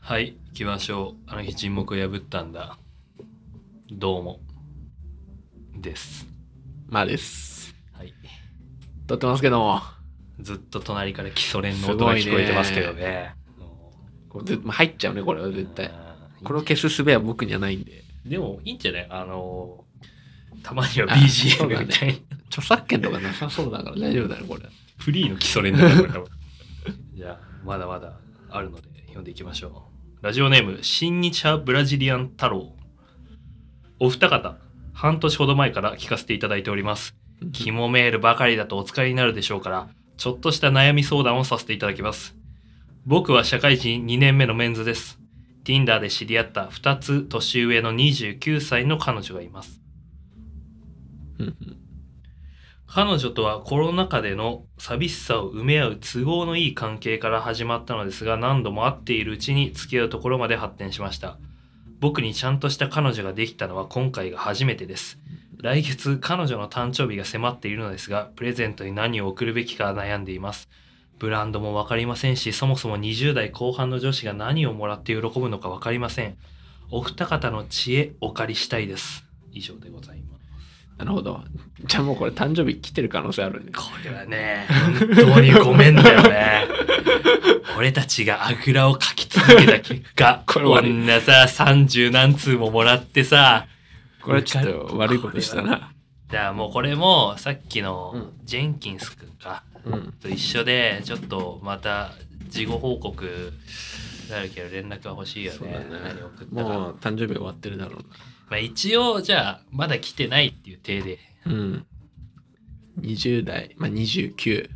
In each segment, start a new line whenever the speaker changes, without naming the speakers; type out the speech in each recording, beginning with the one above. はい行きましょうあの日沈黙を破ったんだどうもです
まあです。
はい
撮ってますけども、
ずっと隣から基礎連の音が聞こえてますけどね
これぜまあ入っちゃうね、これは絶対。
うん
これを消す術は僕にはないんで。
でもいいんじゃないあのたまには
あそうだ
BGM
ね
みたいな、
著作権とかなさそうだから大丈夫だね、これ。
フリーの基礎連だからこれ多分 じゃあまだまだあるので読んでいきましょうラジオネーム新日派ブラジリアン太郎お二方半年ほど前から聞かせていただいております肝メールばかりだとお疲れになるでしょうから、ちょっとした悩み相談をさせていただきます。僕は社会人2年目のメンズです。Tinder で知り合った2つ年上の29歳の彼女がいます。
うんうん
彼女とはコロナ禍での寂しさを埋め合う都合のいい関係から始まったのですが何度も会っているうちに付き合うところまで発展しました僕にちゃんとした彼女ができたのは今回が初めてです来月彼女の誕生日が迫っているのですがプレゼントに何を贈るべきか悩んでいますブランドも分かりませんしそもそも20代後半の女子が何をもらって喜ぶのか分かりませんお二方の知恵お借りしたいです以上でございます
なるほど。じゃあもうこれ誕生日来てる可能性あるね。
これはね、本当にごめんだよね。 俺たちがあぐらをかき続けた結果、
これ
こ
悪い
んなさ、30何通ももらってさ、
これはちょっと悪いことしたな。
じゃあもうこれもさっき
う
の
ん
ジェンキンス君か、
うん。
と一緒で、ちょっとまた事後報告なるけど連絡は欲しいよ
そう
ね。
だね
何送っ。たか。
もう誕生日終わってるだろ
まあ一応、じゃあまだ来てないっていう体で。
うな。うん。20代、まあ29、
うん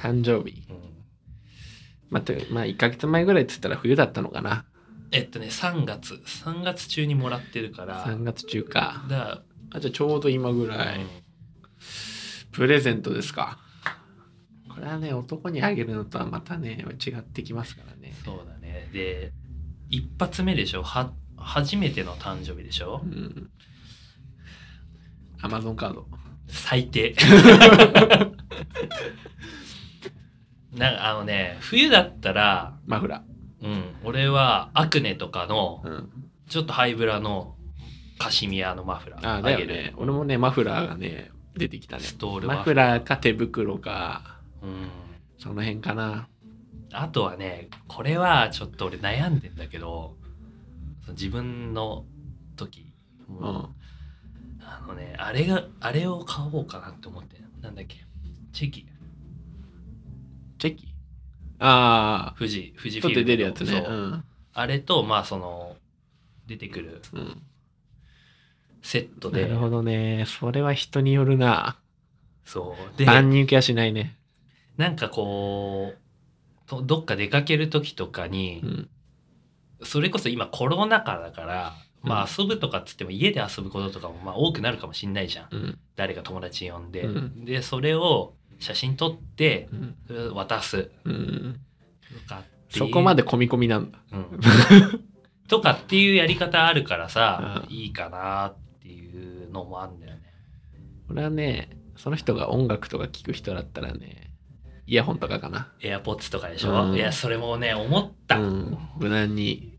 誕生日。
うん
待って、まあ1ヶ月前ぐらいって言ったら冬だったのかな。
えっとね、3月。3月中にもらってるから。
3月中か。
だから
あ、じゃあちょうど今ぐらい。プレゼントですか。これはね、男にあげるのとはまたね、違ってきますからね。
そうだねで一発目でしょは初めての誕生日でしょ
うん。アマゾンカード。
最低 なんかあのね冬だったら、
マフラ
うん、俺はアクネとかの
ー。うん。
ちょっとハイブラのカシミヤのマフラー
あ
あ
だよ
げる、
ね。俺もね、マフラーがね、出てきたね。
ストールマ
マ
フ
フ
ラー
ラーか手袋か、
うん、
その辺かな。
あとはねこれはちょっと俺悩んでんだけどその自分の時
う。
もうんあのね、あれが、あれを買おうかなって思って、なんだっけ、チェキ、
チェキあ
富士、富士
あ、
フィ
取
ル
っ
ムの
て出るやつね。。
そううんあれと、まあ、その、出てくる
うん、
セット
な
で
る、ほどね。それは人によるな。
そう。で、
万人受けはしないね。
なんかこう、とどっか出かける時とかに
う、ん。
それこそ今コロナ禍だから、まあ遊ぶとかっつっても家で遊ぶこととかもまあ多くなるかもしんないじゃん。
うん。
誰か友達呼んで。
うん
で、それを写真撮って、
うん。
それを渡す
うん、
とかっていう
そこまで込み込みなんだ。
うん、とかっていうやり方あるからさ、
うん
いいかなっていうのもあるんだよね。
俺はねその人が音楽とか聴く人だったらねイヤホンとかかな、
エアポッツとかでしょ、
うん
いやそれもね思った、
うん、無難に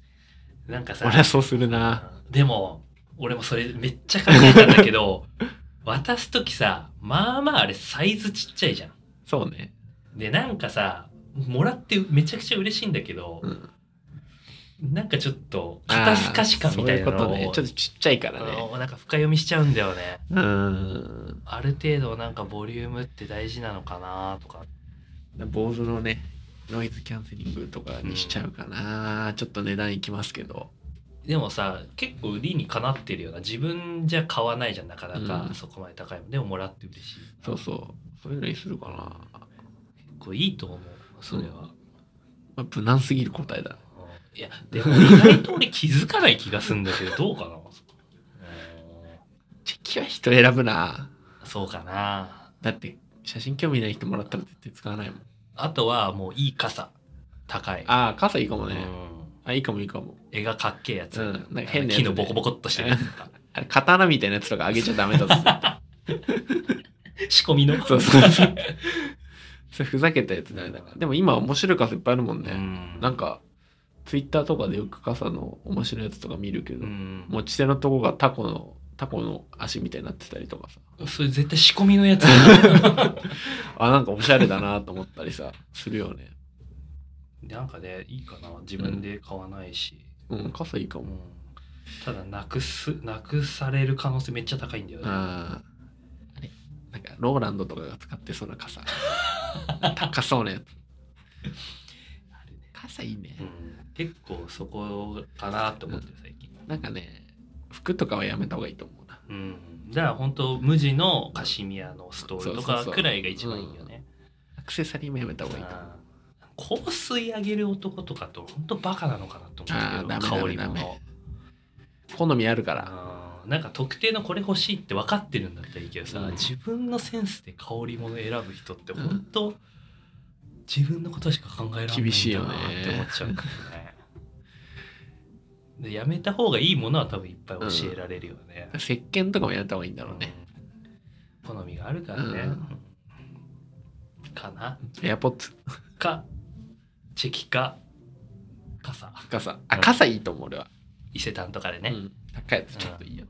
なんかさ
俺はそうするな
うんでも俺もそれめっちゃ考えたんだけ ど渡す時さまあまああれサイズちっちゃいじゃん。
そうね、
でなんかさもらってめちゃくちゃ嬉しいんだけど
う、ん、
なんかちょっと肩透かし感みたいな
あーそういうこと
のを
ねちょっとちっちゃいからね
あのなんか深読みしちゃうんだよね。
うん
ある程度なんかボリュームって大事なのかなとか
坊主のねノイズキャンセリングとかにしちゃうかな、ちょっと値段いきますけど
でもさ結構売りにかなってるような自分じゃ買わないじゃんなかな
う
か
ん
そこまで高いもんでももらって嬉しい
そうそうそういうのにするかな、
結構いいと思うそれは、
まあ、無難すぎる答えだ
うんいやでも意外と俺気づかない気がするんだけどどうかなう
チェキは人選ぶなん
そうかな
だって写真興味ない人もらったら絶対使わないもん
あとはもういい傘高い
ああ傘いいかも
う
ね、
ん
あいいかもいいかも
絵がかっけえやつ、
うんなんか変なや
木
つね
のボコボコっとしてるやつとか
あれ刀みたいなやつとかあげちゃダメだ ぞ。
仕込み の
そうそう そう。それふざけたやつダメだから。でも今面白い傘いっぱいあるもん
う
ね。
ん
なんか、ツイッターとかでよく傘の面白いやつとか見るけど、
うん
持ち手のとこがタコのタコの足みたいになってたりとかさ
それ絶対仕込みの やつ
あなんかおしゃれだなと思ったりさ するよね
なんかねいいかな自分で買わないし、
うん傘いいか
う
も
んただなくすなくされる可能性めっちゃ高いんだよね
あーあれなんかローランドとかが使ってそうな 傘高そうなやつ
あれね
傘いいね、
うん結構そこかなと思ってる最近
なんかね服とかはやめた方がいいと思うな
うんだから本当無地のカシミヤのストールと
そう
か
そうそう
くらいが一番いいよね
アクセサリーもやめた方がいいと思う
あー香水あげる男とかと本当バカなのかなと思うんだけ
あー
ど
ダ
香
メ
り
ダメダメ
物
好みあるから
あーなんか特定のこれ欲しいって分かってるんだったらいいけどさ、
うん
自分のセンスで香り物選ぶ人って本当、自分のことしか考えられないんだな
厳しいよね
って思っちゃうからね。でやめた方がいいものは多分いっぱい教えられるよね。
石鹸とかもやめた方がいいんだろうね、
うん好みがあるからね。かな
エアポッツ
かチェキか傘
傘あ
うん
傘いいと思う俺は、
伊勢丹とかでね、
うん、高いやつちょっといいや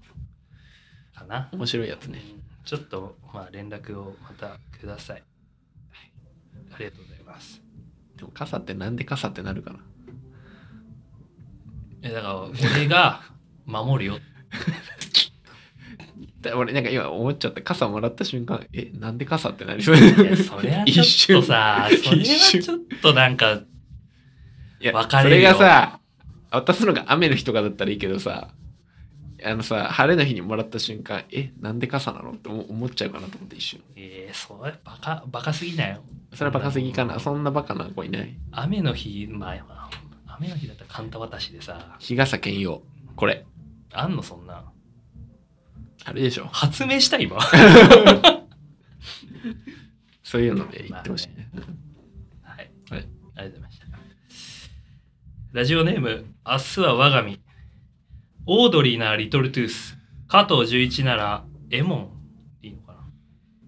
つ、
かな。
面白いやつね
ちょっとまあ連絡をまたください。はい、ありがとうございます。
でも傘ってなんで傘ってなるかな
えだから俺が守るよ。
だ俺なんか今思っちゃった傘もらった瞬間えなんで傘ってなりそう
いやそれはちょっとさ、
一
それ
瞬
はちょっとなんか、
いや
別れ
そ
る
れ
よ
がさ渡すのが雨の日とかだったらいいけどさあのさ晴れの日にもらった瞬間えなんで傘なのって思思っちゃうかなと思って一瞬
えー、それバカバカすぎなよ。
それはバカすぎかな
そん
そんなバカな子いない
雨の日、まあ、雨の日だったらカンタ渡しでさ、
日傘兼用これ
あんのそんな。
あれでしょ
発明した今。
そういうので言ってほしいね、
はい。ありが
はい
とうございました。ラジオネーム、明日は我が身。オードリーならリトルトゥース。加藤十一ならエモン。いいのかな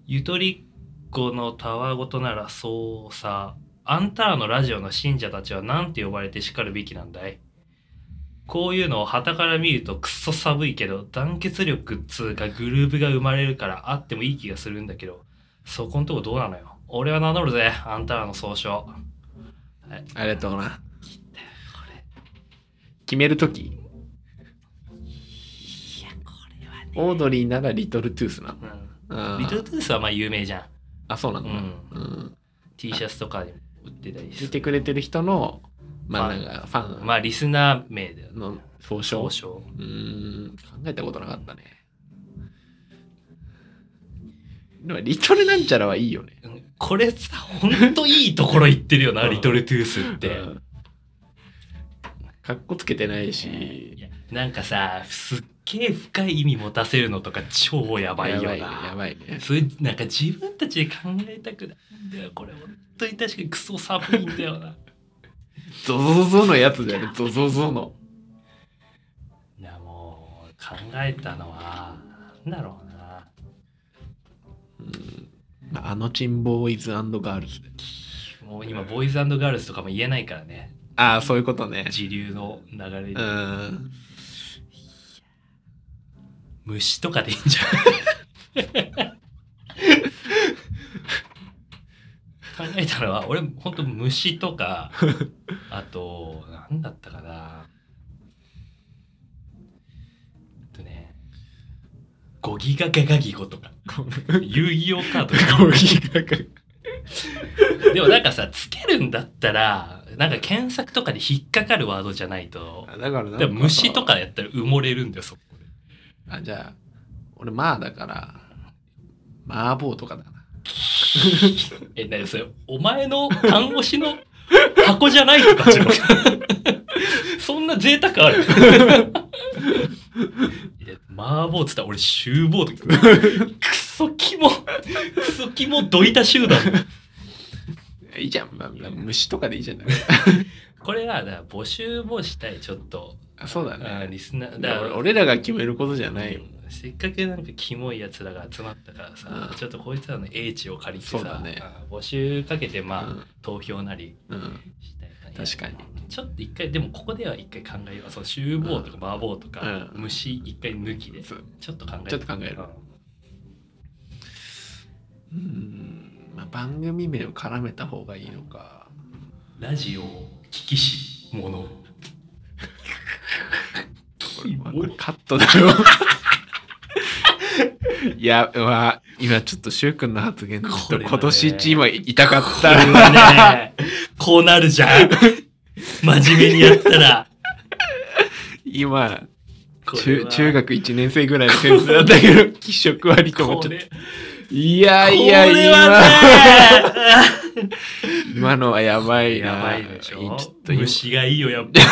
ゆとりっ子のたわごとならそうさ。あんたらのラジオの信者たちは何て呼ばれて叱るべきなんだいこういうのを旗から見るとくっそ寒いけど団結力っつうかグルーブが生まれるからあってもいい気がするんだけどそこんとこどうなのよ俺は名乗るぜあんたらの総称はい
ありがとうな
切ったよこれ
決めるとき
いやこれはね
オードリーならリトルトゥースな
うん
の
リトルトゥースはまあ有名じゃん
あそうなんだ、
うん
うん、
T シャツとかにも売ってたり
聞い
す
て
る
くれてる人のまあ
ファン
なんかファン
まあリスナー名だよね
の総称
総称
うーん考えたことなかったねでもリトルなんちゃらはいいよね
うんこれさほんといいところ言ってるよな
うん
リトルトゥースって、
うんかっこつけてないし
いやなんかさすっげえ深い意味持たせるのとか超やばいよな
ねやばいね
それなんか自分たちで考えたくないんだよこれ本当に確かにクソ寒いんだよな
ゾゾゾゾのやつだよ ねゾゾゾの
いやもう考えたのはなんだろうな
まああのチンボーイズガールズだよ
もう今ボーイズガールズとかも言えないからね
ああそういうことね
時流の流れ
う
で
ー ん
虫とかでいいんじゃん 考えたのは俺本当虫とかあと何だったかなえっとねゴギガガガギゴとか遊戯王カードとか
コーヒーが
でもなんかさつけるんだったらなんか検索とかで引っかかるワードじゃないと
あだからなんか
でも虫とかやったら埋もれるんだよそこ で
あじゃあ俺まあだから麻婆とかだな
え、なにそれ、お前の単語詞の箱じゃないとか、自分 そんな贅沢あ るいや麻婆っつったら俺、集棒とか、くそキモ、くそキモどいた集団。
いいじゃん、まあ、まあ虫とかでいいじ ゃん
これは、だから募集もしたい、ちょっと。
あそうだ
あー
ね
リスナー、
だ
だ
か
からら
俺らが決めることじゃないよ。
せっかくなんかキモいやつらが集まったからさ、
うん
ちょっとこいつらの英知を借りて
そう
さ、
だね
あー募集かけてまあ、
うん
投票なり
うん、
したいかな
確かに
ちょっと一回でもここでは一回考えようその厨房とか麻婆とか、
うん
虫一回抜きで
そう
ちょっと考える
ちょっと考えるうん、まあ、番組名を絡めた方がいいのか
ラジオを聞きし者
これこれカットだよ いやまあ今ちょっと柊君の発言
これはね
今年一今痛かっ
これ
た
はね こうなるじ ゃん真面目にやったら
今
これ
中
は
中学1年生ぐらいの先生だったけ ど気色悪いと思
こ
っちゃっ
れ
たいやいや
これはね
今今のはやばいな
やばいでしょ
ちょっと今
虫がいいよやっぱり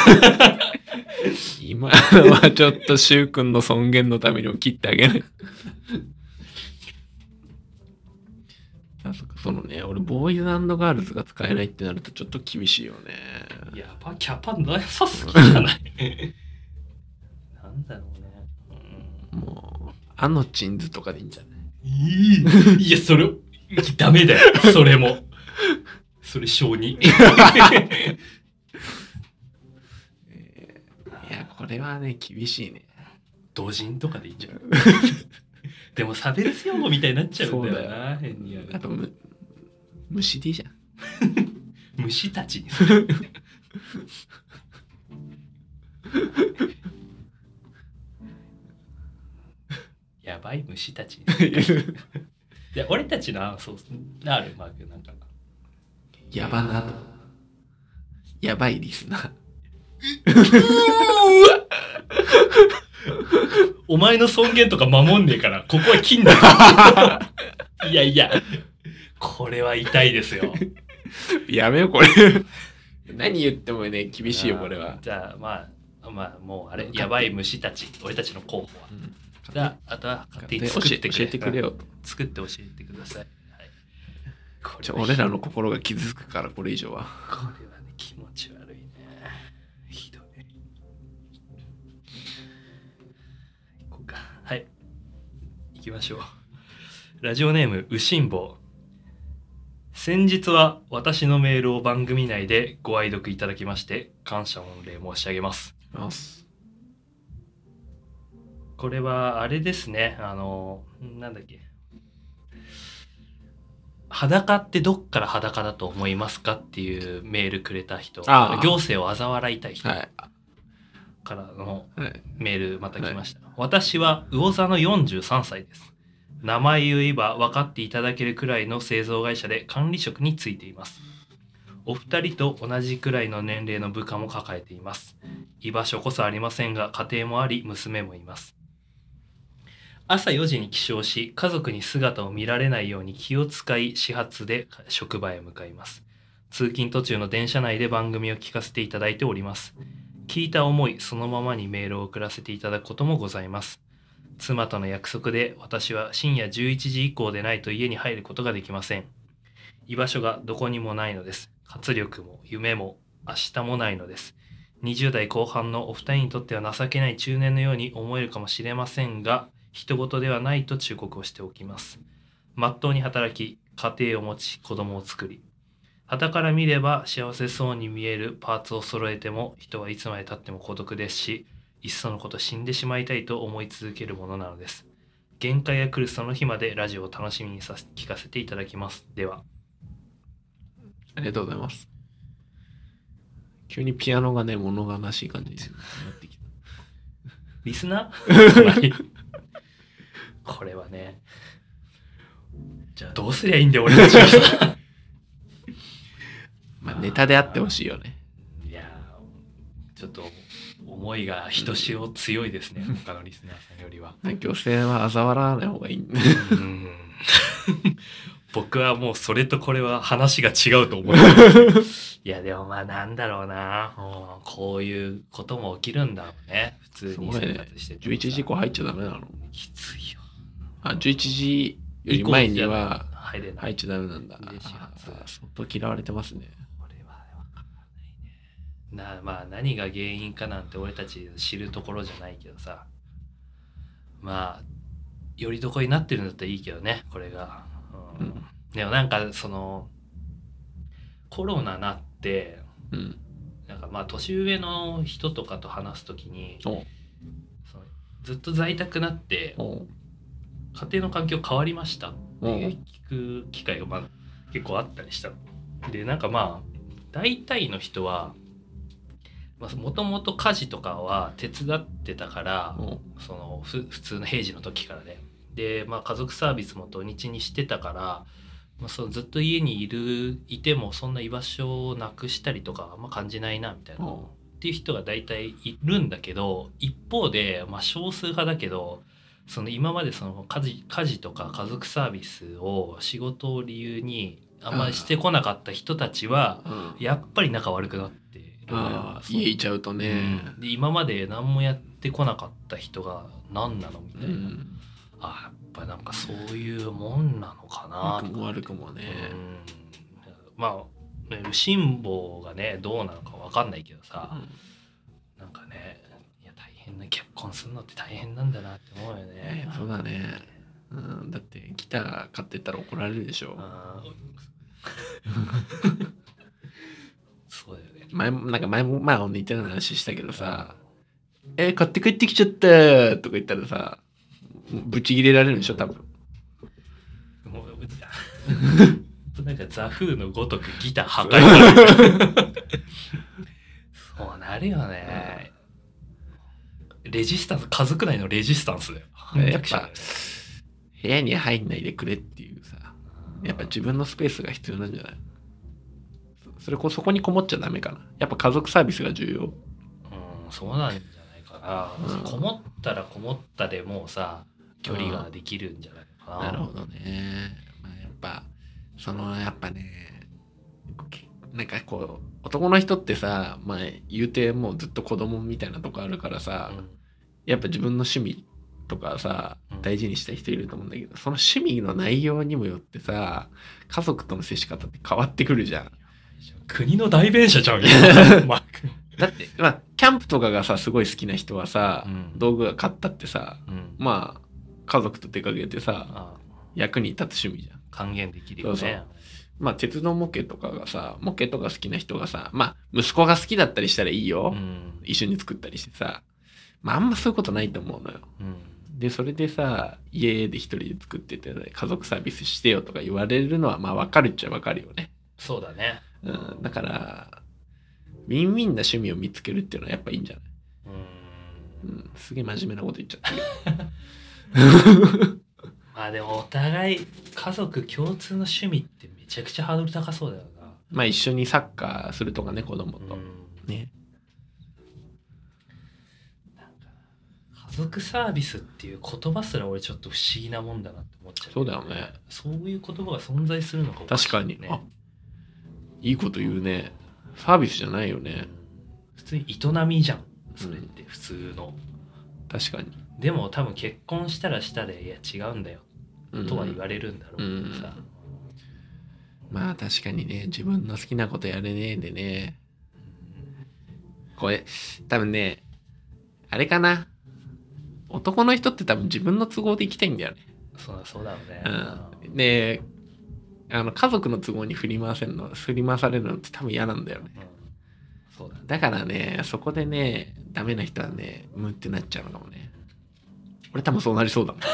今のはちょっと柊君の尊厳のためにも切ってあげない。 あそっかそのね、俺、ボーイズガールズが使えないってなるとちょっと厳しいよ ね。
やばキャパなさすぎじゃないなんだろうね、うん
もう、あのチンズとかでいいんじゃない
いいいや、それ、ダメだよ、それも。それ、小 児。
いや、これはね、厳しいね。
同人とかでいいんじゃん。でも、差別用語みたいになっちゃうんだよな、変にや
あ
ると。
と、む虫でいいじゃん。
虫たちに。 やばい虫たちに。 いや、俺たちの、あそう、ある、マーク、なんか。
やばなと。やばいリスナー。
お前の尊厳とか守んねえから、ここは金だから。 いやいや、これは痛いですよ。
やめよ、これ。 何言ってもね、厳しいよ、これは。
じゃあ、まあ、まあ、もうあれ、やばい虫たち、俺たちの候補は。じゃあ、あとは勝手に
教
作っ
え
て
て
く
く
れ
れてくれよ。
作って教えてください。はい、こ
ち
れ
ょ
は
俺らの心が傷つくからこれ以上は
これはね、気持ち悪いね。ひどい。行こうか。はい。行きましょう。ラジオネーム、うしんぼう。先日は私のメールを番組内でご愛読いただきまして、感謝御礼申し上げます。これはあれですね。あの、なんだっけ。裸ってどっから裸だと思いますかっていうメールくれた人、
ああ
行政を嘲笑いたい人
はい
からの
はい
メールまた来ました、私は魚座の43歳です名前を言えば分かっていただけるくらいの製造会社で管理職についていますお二人と同じくらいの年齢の部下も抱えています居場所こそありませんが家庭もあり娘もいます朝4時に起床し家族に姿を見られないように気を使い始発で職場へ向かいます通勤途中の電車内で番組を聞かせていただいております聞いた思いそのままにメールを送らせていただくこともございます妻との約束で私は深夜11時以降でないと家に入ることができません居場所がどこにもないのです活力も夢も明日もないのです20代後半のお二人にとっては情けない中年のように思えるかもしれませんが人事ではないと忠告をしておきますまっとうに働き家庭を持ち子供を作り傍から見れば幸せそうに見えるパーツを揃えても人はいつまでたっても孤独ですしいっそのこと死んでしまいたいと思い続けるものなのです限界が来るその日までラジオを楽しみにさせ聞かせていただきますでは
ありがとうございます急にピアノがね物悲しい感じになってきた
リスナーこれはねじゃあどうすりゃいいんだよ俺たちは
まあネタであってほしいよね
いやーちょっと思いがひとしお強いですね他のリスナーさんよりは
女性は嘲笑わない方 がいい
うーん僕はもうそれとこれは話が違うと思う。いやでもまあなんだろうな、うんこういうことも起きるんだろうね。普通
す
に
ごい
生
ね
活しててもさ
11時以降入っちゃダメなの
きついよ。
あ11時より前には
入れな
入っ
い。
ちゃダメなんだ
入れ始発
あー相当嫌われてますね
これは分かんないね。なまあ何が原因かなんて俺たち知るところじゃないけどさ。まあ、よりどこになってるんだったらいいけどね、これが。うん
うん
でもなんかそのコロナなって
うん
まあ年上の人とかと話すときに
お
そのずっと在宅になって
お
家庭の環境変わりましたって
うん
聞く機会がまあ結構あったりしたのでなんかまあ大体の人はもともと家事とかは手伝ってたから
お
そのふ普通の平時の時からねで、まあ、家族サービスも土日にしてたから、まあ、そのずっと家にいるいてもそんな居場所をなくしたりとかあんま感じないなみたいなっ
お
ていう人が大体いるんだけど一方で、まあ、少数派だけどその今までその家事家事とか家族サービスを仕事を理由にあんまりしてこなかった人たちは
うん
やっぱり仲悪くなってるのよ
ああ
そう
家いちゃうとね
うんで今まで何もやってこなかった人が何なのみた
う
いな、
ん
あやっぱなんかそういうもんなのかな
良く
と
も
か
悪くもね
うんまあね右心房がねどうなのかわかんないけどさなんかねいや大変な結婚するのって大変なんだなって思うよね
ね。そうだねうんだってギター買ってったら怒られるでしょ
あー そうだよね。
前もなんか前もまあ似たような話したけどさ「えー買って帰ってきちゃった」とか言ったらさぶち切れられるでしょ多分
もう なんかザ・フーのごとくギター破壊されるそうなるよね、レジスタンス家族内のレジスタンスだよ
ねやっ
反
ぱ
逆者だよね
部屋に入んないでくれっていうさやっぱ自分のスペースが必要なんじゃないそそれこそこにこもっちゃダメかなやっぱ家族サービスが重要
うんそうなんじゃないかな、
うん
こもったらこもったでもうさ距離ができるんじゃないかな、
なるほどね、まあ、やっぱそのやっぱねけなんかこう男の人ってさまあ言うてもうずっと子供みたいなとこあるからさ、
うん
やっぱ自分の趣味とかさ
うん
大事にしたい人いると思うんだけどその趣味の内容にもよってさ家族との接し方って変わってくるじゃん。
国の代弁者じゃんマーク
だってまあキャンプとかがさすごい好きな人はさ、
うん
道具が買ったってさ
うん
まあ家族と出かけてさ
あ
役に立つ趣味じゃん。
還元できるよね
そうそうまあ鉄道模型とかがさ模型とか好きな人がさまあ息子が好きだったりしたらいいよ、
うん
一緒に作ったりしてさまああんまそういうことないと思うのよ。
うん
でそれでさ家で一人で作ってて家族サービスしてよとか言われるのはまあ分かるっちゃ分かるよね、
そうだね
うん、だからウィンウィンな趣味を見つけるっていうのはやっぱいいんじゃない、
うん
うん、すげえ真面目なこと言っちゃったけど
まあでもお互い家族共通の趣味ってめちゃくちゃハードル高そうだよ
まあ一緒にサッカーするとかね子供
な。
と、
うん
ね
家族サービスっていう言葉すら俺ちょっと不思議なもんだなって思っちゃう。
そうだよね。
そういう言葉が存在するのかおし
確
い
かに、
ね
あいいこと言うねサービスじゃないよ
う
ね
ん普通に営みじゃん。それって普通の。
確かに、
でも多分結婚したらしたでいや違うんだよ
うん、
とは言われるんだろうけどさ。
まあ確かにね自分の好きなことやれねえでねこれ多分ねあれかな男の人って多分自分の都合で生きたいんだよね。
そうだそうだろうね。
うん、であの家族の都合に振り回せるの振り回されるのって多分嫌なんだよね。
うんそうだね
だからねそこでねダメな人はねムってなっちゃうのかもね。俺多分そうなりそうだもん。
す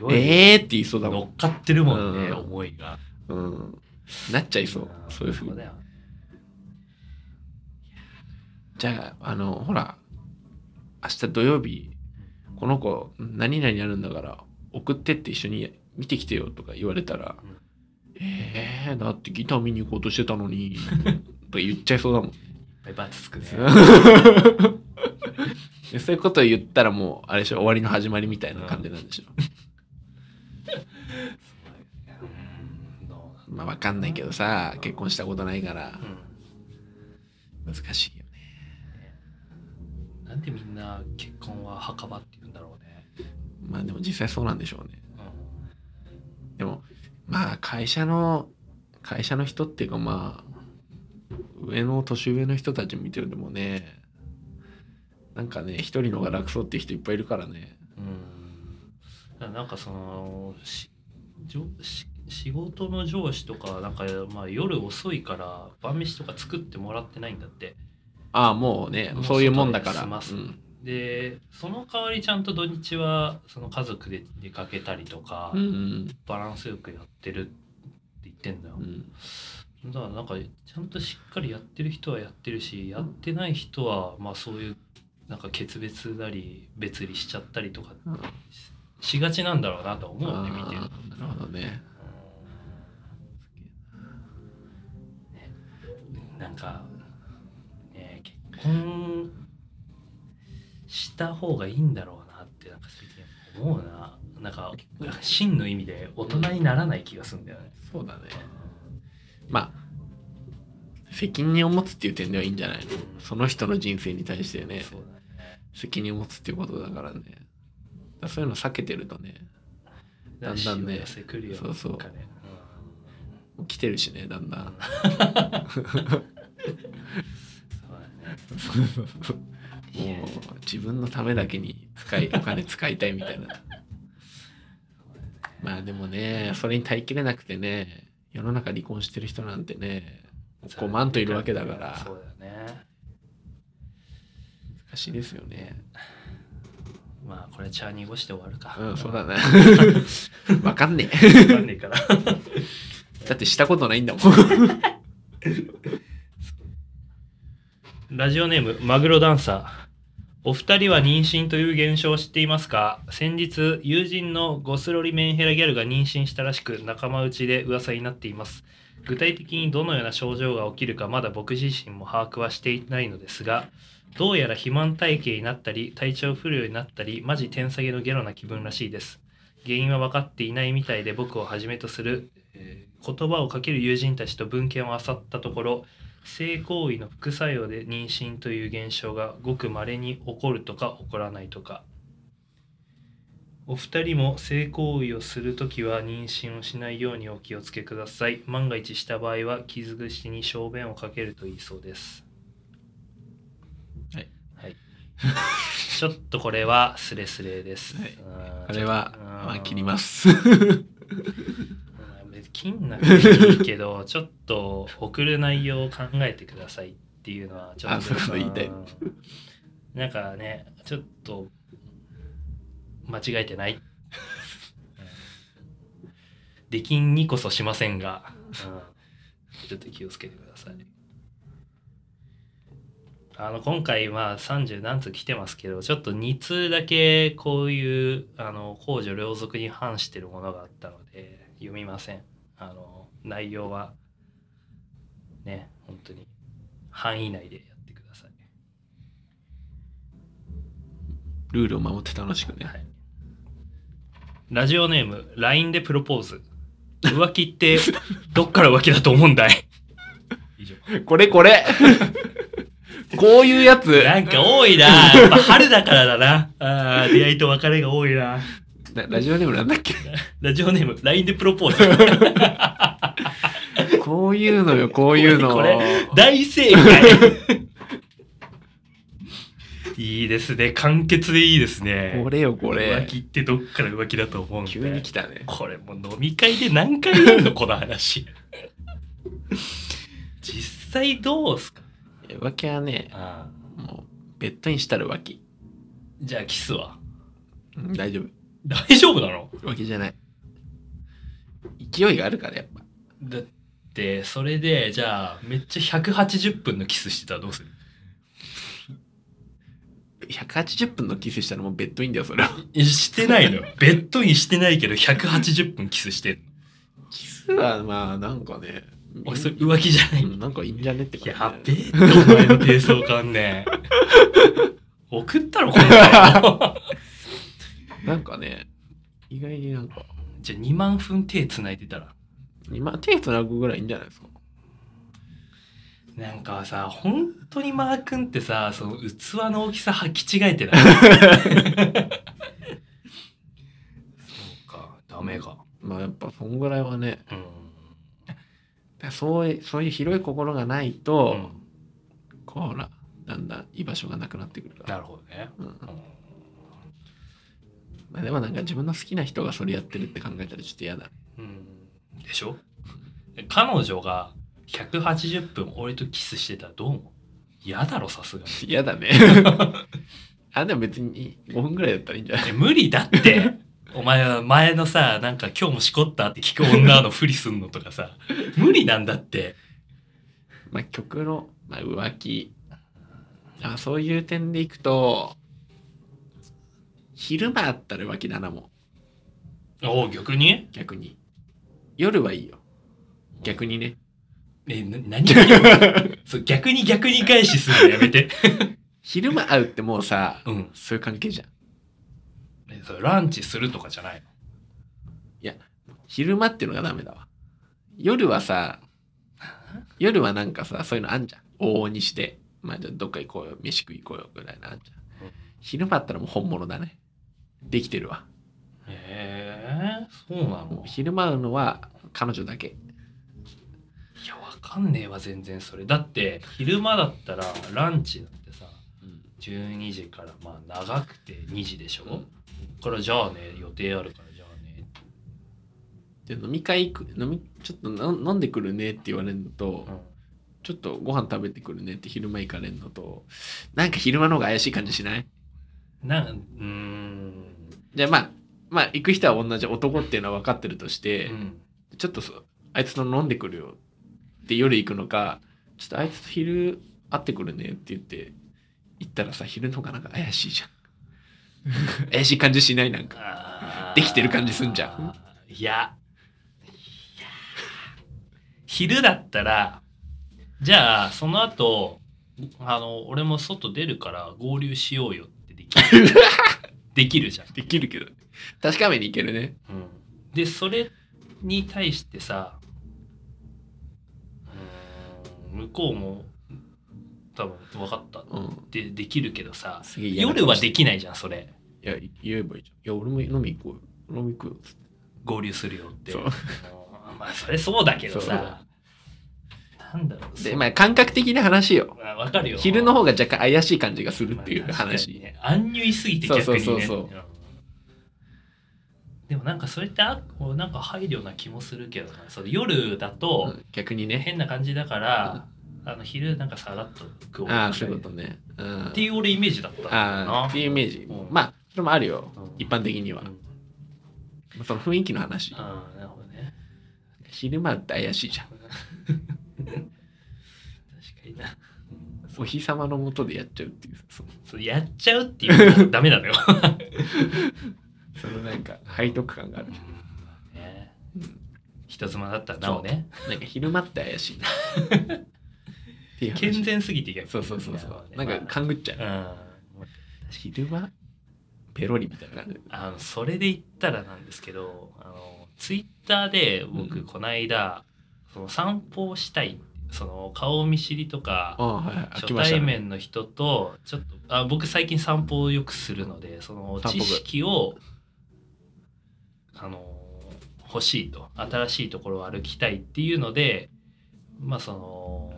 ごいね。
えーって言いそうだもん
乗。っかってるもんね、
うん
思いが。
うん、なっちゃいそうそういうふうに
だ。よ
じゃあ、あの、ほら、明日土曜日、この子、何々やるんだから、送ってって一緒に見てきてよとか言われたら、
うん
えー、だってギター見に行こうとしてた のに、とか言っちゃいそうだも
い
ん。
っぱいバツつくね。
でそういうことを言ったらもう、あれでしょ、終わりの始まりみたいな感じなんでしょ。
うんどう
まあ、わかんないけどさ、結婚したことないから
な、ん
難しいよね。
なんでみんな結婚は墓場って言うんだろうね。
まあ、でも実際そうなんでしょうね。
うん
でもまあ会社の会社の人っていうかまあ上の年上の人たち見てるでもねなんかね一人の方が楽そうっていう人いっぱいいるからね
うん。だからなんかそのし上し仕事の上司とかなんか、まあ、夜遅いから晩飯とか作ってもらってないんだって
ああもうね
もう
そういうもんだか
外
ら
で済ます
うん
でその代わりちゃんと土日はその家族で出かけたりとか、
うんうん
バランスよくやってるって言ってんだよ
う、ん
だからなんかちゃんとしっかりやってる人はやってるしやってない人はまあそういうなんか決別なり別離しちゃったりとか
うん
しがちなんだろうなと思うね見てる
ああなるほどね
うんなんか、ね、結婚した方がいいんだろうなってなんか最近思うななんか真の意味で大人にならない気がするんだよね。
そうだねまあ責任を持つっていう点ではいいんじゃないのその人の人生に対してね
そうだね
責任を持つっていうことだからねだからそういうの避けてるとねだんだんね
しわ寄せくるよ
そうそう
なんかね
もう来てるしねだん だ
うん
ん
そうだ ね
もう自分のためだけに使いお金使いたいみた いなまあでもねそれに耐えきれなくてね世の中離婚してる人なんてね5万といるわけだから
そうだよね
難しいですよね
まあこれ茶濁して終わるか
うんそうだ
ね
なわかんね え
分かんねえから
だってしたことないんだもん
ラジオネームマグロダンサーお二人は妊娠という現象を知っていますか先日友人のゴスロリメンヘラギャルが妊娠したらしく仲間内で噂になっています具体的にどのような症状が起きるかまだ僕自身も把握はしていないのですがどうやら肥満体型になったり体調不良になったりマジ天下げのゲロな気分らしいです原因は分かっていないみたいで僕をはじめとする、えー言葉をかける友人たちと文献を漁ったところ性行為の副作用で妊娠という現象がごく稀に起こるとか起こらないとかお二人も性行為をするときは妊娠をしないようにお気をつけください万が一した場合は傷口に小便をかけるといいそうです
はい、
はい、ちょっとこれはスレスレです、
はい
うん
あれは
うん
まあ切りま す
うん別に金なくていいけど ちょっと送る内容を考えてくださいっていうのはちょっと
あそういうこと言いたい
うんなんかねちょっと間違えてないうんできんにこそしませんが、うんちょっと気をつけてくださいあの今回まあ30何通来てますけどちょっと2通だけこういうあの公序良俗に反してるものがあったので読みませんあの内容はね本当に範囲内でやってください、
ルールを守って楽しくね
はい、ラジオネーム LINE でプロポーズ浮気 ってどっから浮気だと思うんだい以上
これこれ こういうやつ
なんか多いなやっぱ春だからだなあー出会いと別れが多いな
なラジオネームなんだっけ
ラジオネーム LINE でプロポーズ
こういうのよこういうの
これこれ大正解 いいですね簡潔でいいですね
これよこれ
浮気ってどっから浮気だと思うんだ
急に来たね
これもう飲み会で何回やるのこの話 実際どうすか
浮気はね
あ
もうベッドインしたら浮気
じゃあキスは
うん大丈夫
大丈夫なの
浮気じゃない勢いがあるからやっぱ
だってそれでじゃあめっちゃ180分のキスしてたらどうする
180分のキスしたらもうベッドインだよそれは
えしてないのベッドインしてないけど180分キスしてる
キスはまあなんかね
俺それ浮気じゃない
うんなんかいいんじゃねって感じ
やべえってお前の低層観念送ったろこ の野郎
なんかね意外になんか
じゃあ2万分手繋いでたら
今手つなぐぐらいいいんじゃないですか
なんかさ本当にマー君ってさその器の大きさ履き違えてないそうかダメか
まあやっぱそんぐらいはね
うん
だからそういうそういう広い心がない
うん、
と、こらだんだん居場所がなくなってくるから
なるほどね、
うん
うん
まあ、でもなんか自分の好きな人がそれやってるって考えたらちょっと嫌だ
うんでしょ彼女が180分俺とキスしてたらどう思う嫌だろさすがに
嫌だね。あ、でも別に5分ぐらいだったらいいんじゃない
え無理だってお前は前のさなんか今日もしこったって聞く女のふりすんのとかさ無理なんだって
まあ曲の、まあ、浮気。あそういう点でいくと、昼間あったら浮気だな、も
おお逆に
う、逆に。夜はいいよ。逆にね。
えな何 そう逆に逆に返しするのやめて
昼間会うってもうさ、
うん
そういう関係じゃん。
えそれランチするとかじゃないの
昼間っていうのがダメだわ。夜はさ、夜はなんかさ、そういうのあんじゃん。往々にして、まあじゃあどっか行こうよ、飯食い行こうよぐらいなあんじゃん
うん。
昼間あったらもう本物だね。できてるわ。
えー、そうなの
もう昼間会うのは彼女だけ。
いやわかんねえわ全然それだって昼間だったらランチだってさ12時からまあ長くて2時でしょ、
うん
これじゃあね予定あるからじゃあね
で飲み会行く飲みちょっとの飲んでくるねって言われるのと、ちょっとご飯食べてくるねって昼間行かれるのとなんか昼間の方が怪しい感じしない
なうーん、
じゃあまあまあ行く人は同じ男っていうのは分かってるとして、
うん
ちょっとそあいつの飲んでくるよって夜行くのかちょっとあいつと昼会ってくるねって言って行ったらさ昼の方がなんか怪しいじゃ ん怪しい感じしないなんか
あー
できてる感じすんじゃん
いやいや昼だったらじゃあその後あの俺も外出るから合流しようよってでき るできるじゃん
できるけど確かめに行けるね
でそれに対してさうーん向こうも多分分かったっ
うん
てできるけどさ
すげえ嫌な顔して
夜はできないじゃんそれ
いや、い言えばいいじゃん。いや、俺も飲み行こうよ。飲み行くよ。
合流するよって
そう
うんまあそれそうだけど
そうだ
さなんだろうそ
で、
う
まあ、感覚的な話よ。
まあ分かるよ
昼の方が若干怪しい感じがするっていう
まあ確かに
話。
ね、安入いすぎて逆にね
そうそうそうそう
んでもなんかそれってあこうなんか配慮な気もするけどなそれ夜だと、
うん逆にね。
変な感じだから、あの昼なんかさらっと食おう
ああ、そういうこと
っ
ね。うん。
ていう俺イメージだったんだよ
ああ、
な
っていうイメージ
うん。
まあ、それもあるよ
うん。
一般的には
う。ん
その雰囲気の話。
ああなるほどね
昼間って怪しいじゃん。
確かにな
お日様の下でやっちゃうっていう。そ
そうやっちゃうっていうのはダメなのよ、
そのなんか、背徳感がある。
ね
うん
人妻だったらなおね
なんか、昼間って怪しいな。っていう話
健全すぎて逆
そうそうそうそう。なんか、勘ぐっちゃう
う。ん
昼間ペロリみたいな感じ。
あのそれで言ったらなんですけどあのツイッターで
う
僕
ん
この間、その散歩をしたいその顔見知りとか
あはいはい。
初
来ました
対
ね
面の人とちょっとあ僕最近散歩をよくするのでその
散歩
知
が
識をあの欲しいと新しいところを歩きたいっていうのでまあその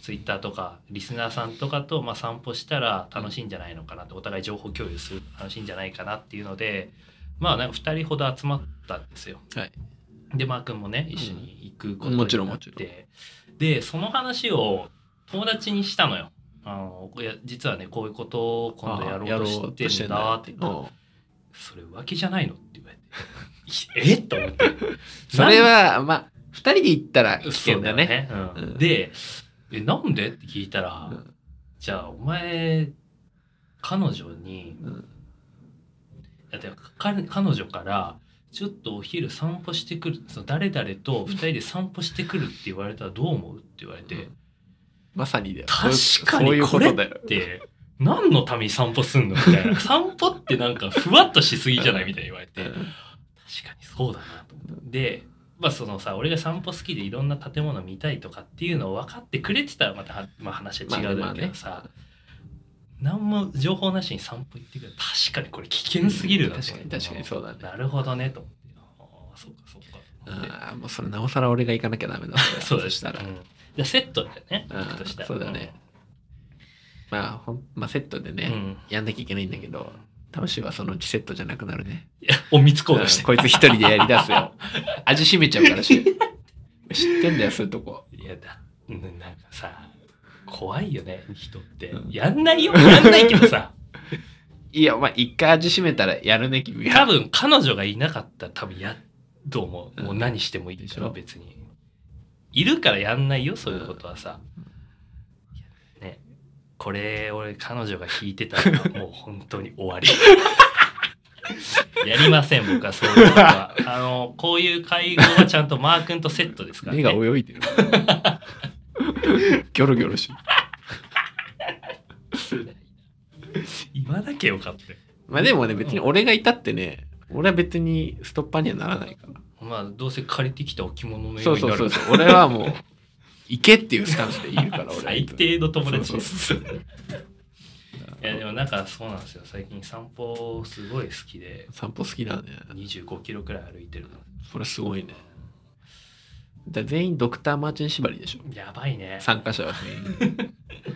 ツイッターとかリスナーさんとかと、まあ、散歩したら楽しいんじゃないのかなとお互い情報共有するの楽しいんじゃないかなっていうのでまあなんか2人ほど集まったんですよ。
はい
でマー君もね一緒に行くことに
うん
な
も
って、
ちろんもちろん
でその話を友達にしたのよ。あのいや実はねこういうことを今度やろうとしてんだって言ったら「それ浮気じゃないの?」って言われて「えっ?」と 思って
それはまあ2人で行ったら危険だね
そうだよねうん
うん
でえ「なんで?」って聞いたら「
うん
じゃあお前彼女に
うん
だって彼彼女から「ちょっとお昼散歩してくる」その誰々と2人で散歩してくるって言われたらどう思うって言われて。
まさにだよ
確か
そうい
に
う
こ
こ
れ
と
っ
だよ
て何のために散歩すんのみたい な散歩ってなんかふわっとしすぎじゃないみたいに言われて
う
確か
ん
にそうだなと思ってでまあそのさ俺が散歩好きでいろんな建物見たいとかっていうのを分かってくれてたらまたは、まあ、話は違うだろうけどさ、何も情報なしに散歩行ってくる確かにこれ危険すぎるなと思って
うん確かに確かにそうだね
なるほどねと思ってああそうかそうかと思って
ああもうそれなおさら俺が行かなきゃダメだ
そうだ
そしたら
うんじゃあセットだよね
うん
行くとしたら
そうだねまあほんまあセットで
うんう
ね
ん
やんなきゃいけないんだけど楽しいはそのうちセットじゃなくなるね。
を見つこうとして
うんこいつ一人でやり出す よ。味しめちゃうからし。知ってんだよ、そういうとこ。
いやだななんかさ怖いよね人って、
うん
やんないよやんないけどさ
いや、お前一回味しめたらやるね、君
多
は。
分彼女がいなかったら多分やと思うもう
うん
何してもいいから
でしょ
別にいるからやんないよそういうことはさ、いやねこれ俺彼女が聞いてた らもう本当に終わりやりません僕はそういうことはあのこういう会合はちゃんとマー君とセットですから
目が
ね
泳い でる。ギョロギョロしてる。
言わなきゃよかったよ
まあでもね、別に俺がいたってね、俺は別にストッパーにはならないから。
まあどうせ借りてきた置物のよ
そうう
になる
そうそうそう。俺はもう、行けっていうスタンスで言うから、俺は。
最低の友達です
そう
いやでもなんかそうなんですよ最近散歩すごい好きで
散歩好きだね。
25キロくらい歩いてる
それすごいね。だから全員ドクターマーチン縛りでしょ。
のやばいね
参加者は全員。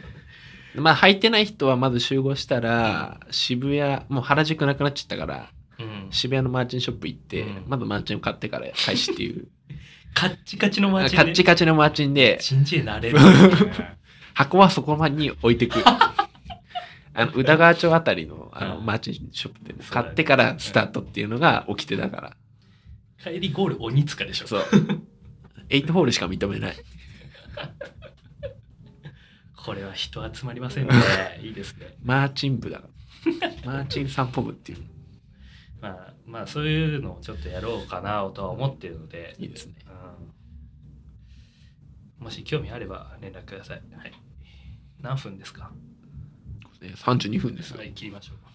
まあ履いてない人はまず集合したら渋谷もう原宿なくなっちゃったから
うん
渋谷のマーチンショップ行って、
うん
まずマーチンを買ってから開始っ ていう
カッチカチの
カ
街で
ッチカチのマーチンで
チンチン慣れるね
箱はそこまでに置いてく あの宇田川町あたりのあの
うん
マーチンショップでね
そうだね
買ってからスタートっていうのが起きてだから
帰りゴール鬼塚でしょ
そう エイトホールしか認めない
これは人集まりませんねいいですね
マーチン部だからマーチン散歩部っていう
まあまあそういうのをちょっとやろうかなとは思ってるので
いいですね
うんもし興味あれば連絡ください、はい、何分ですか
ね32分ですよ
はい切りましょう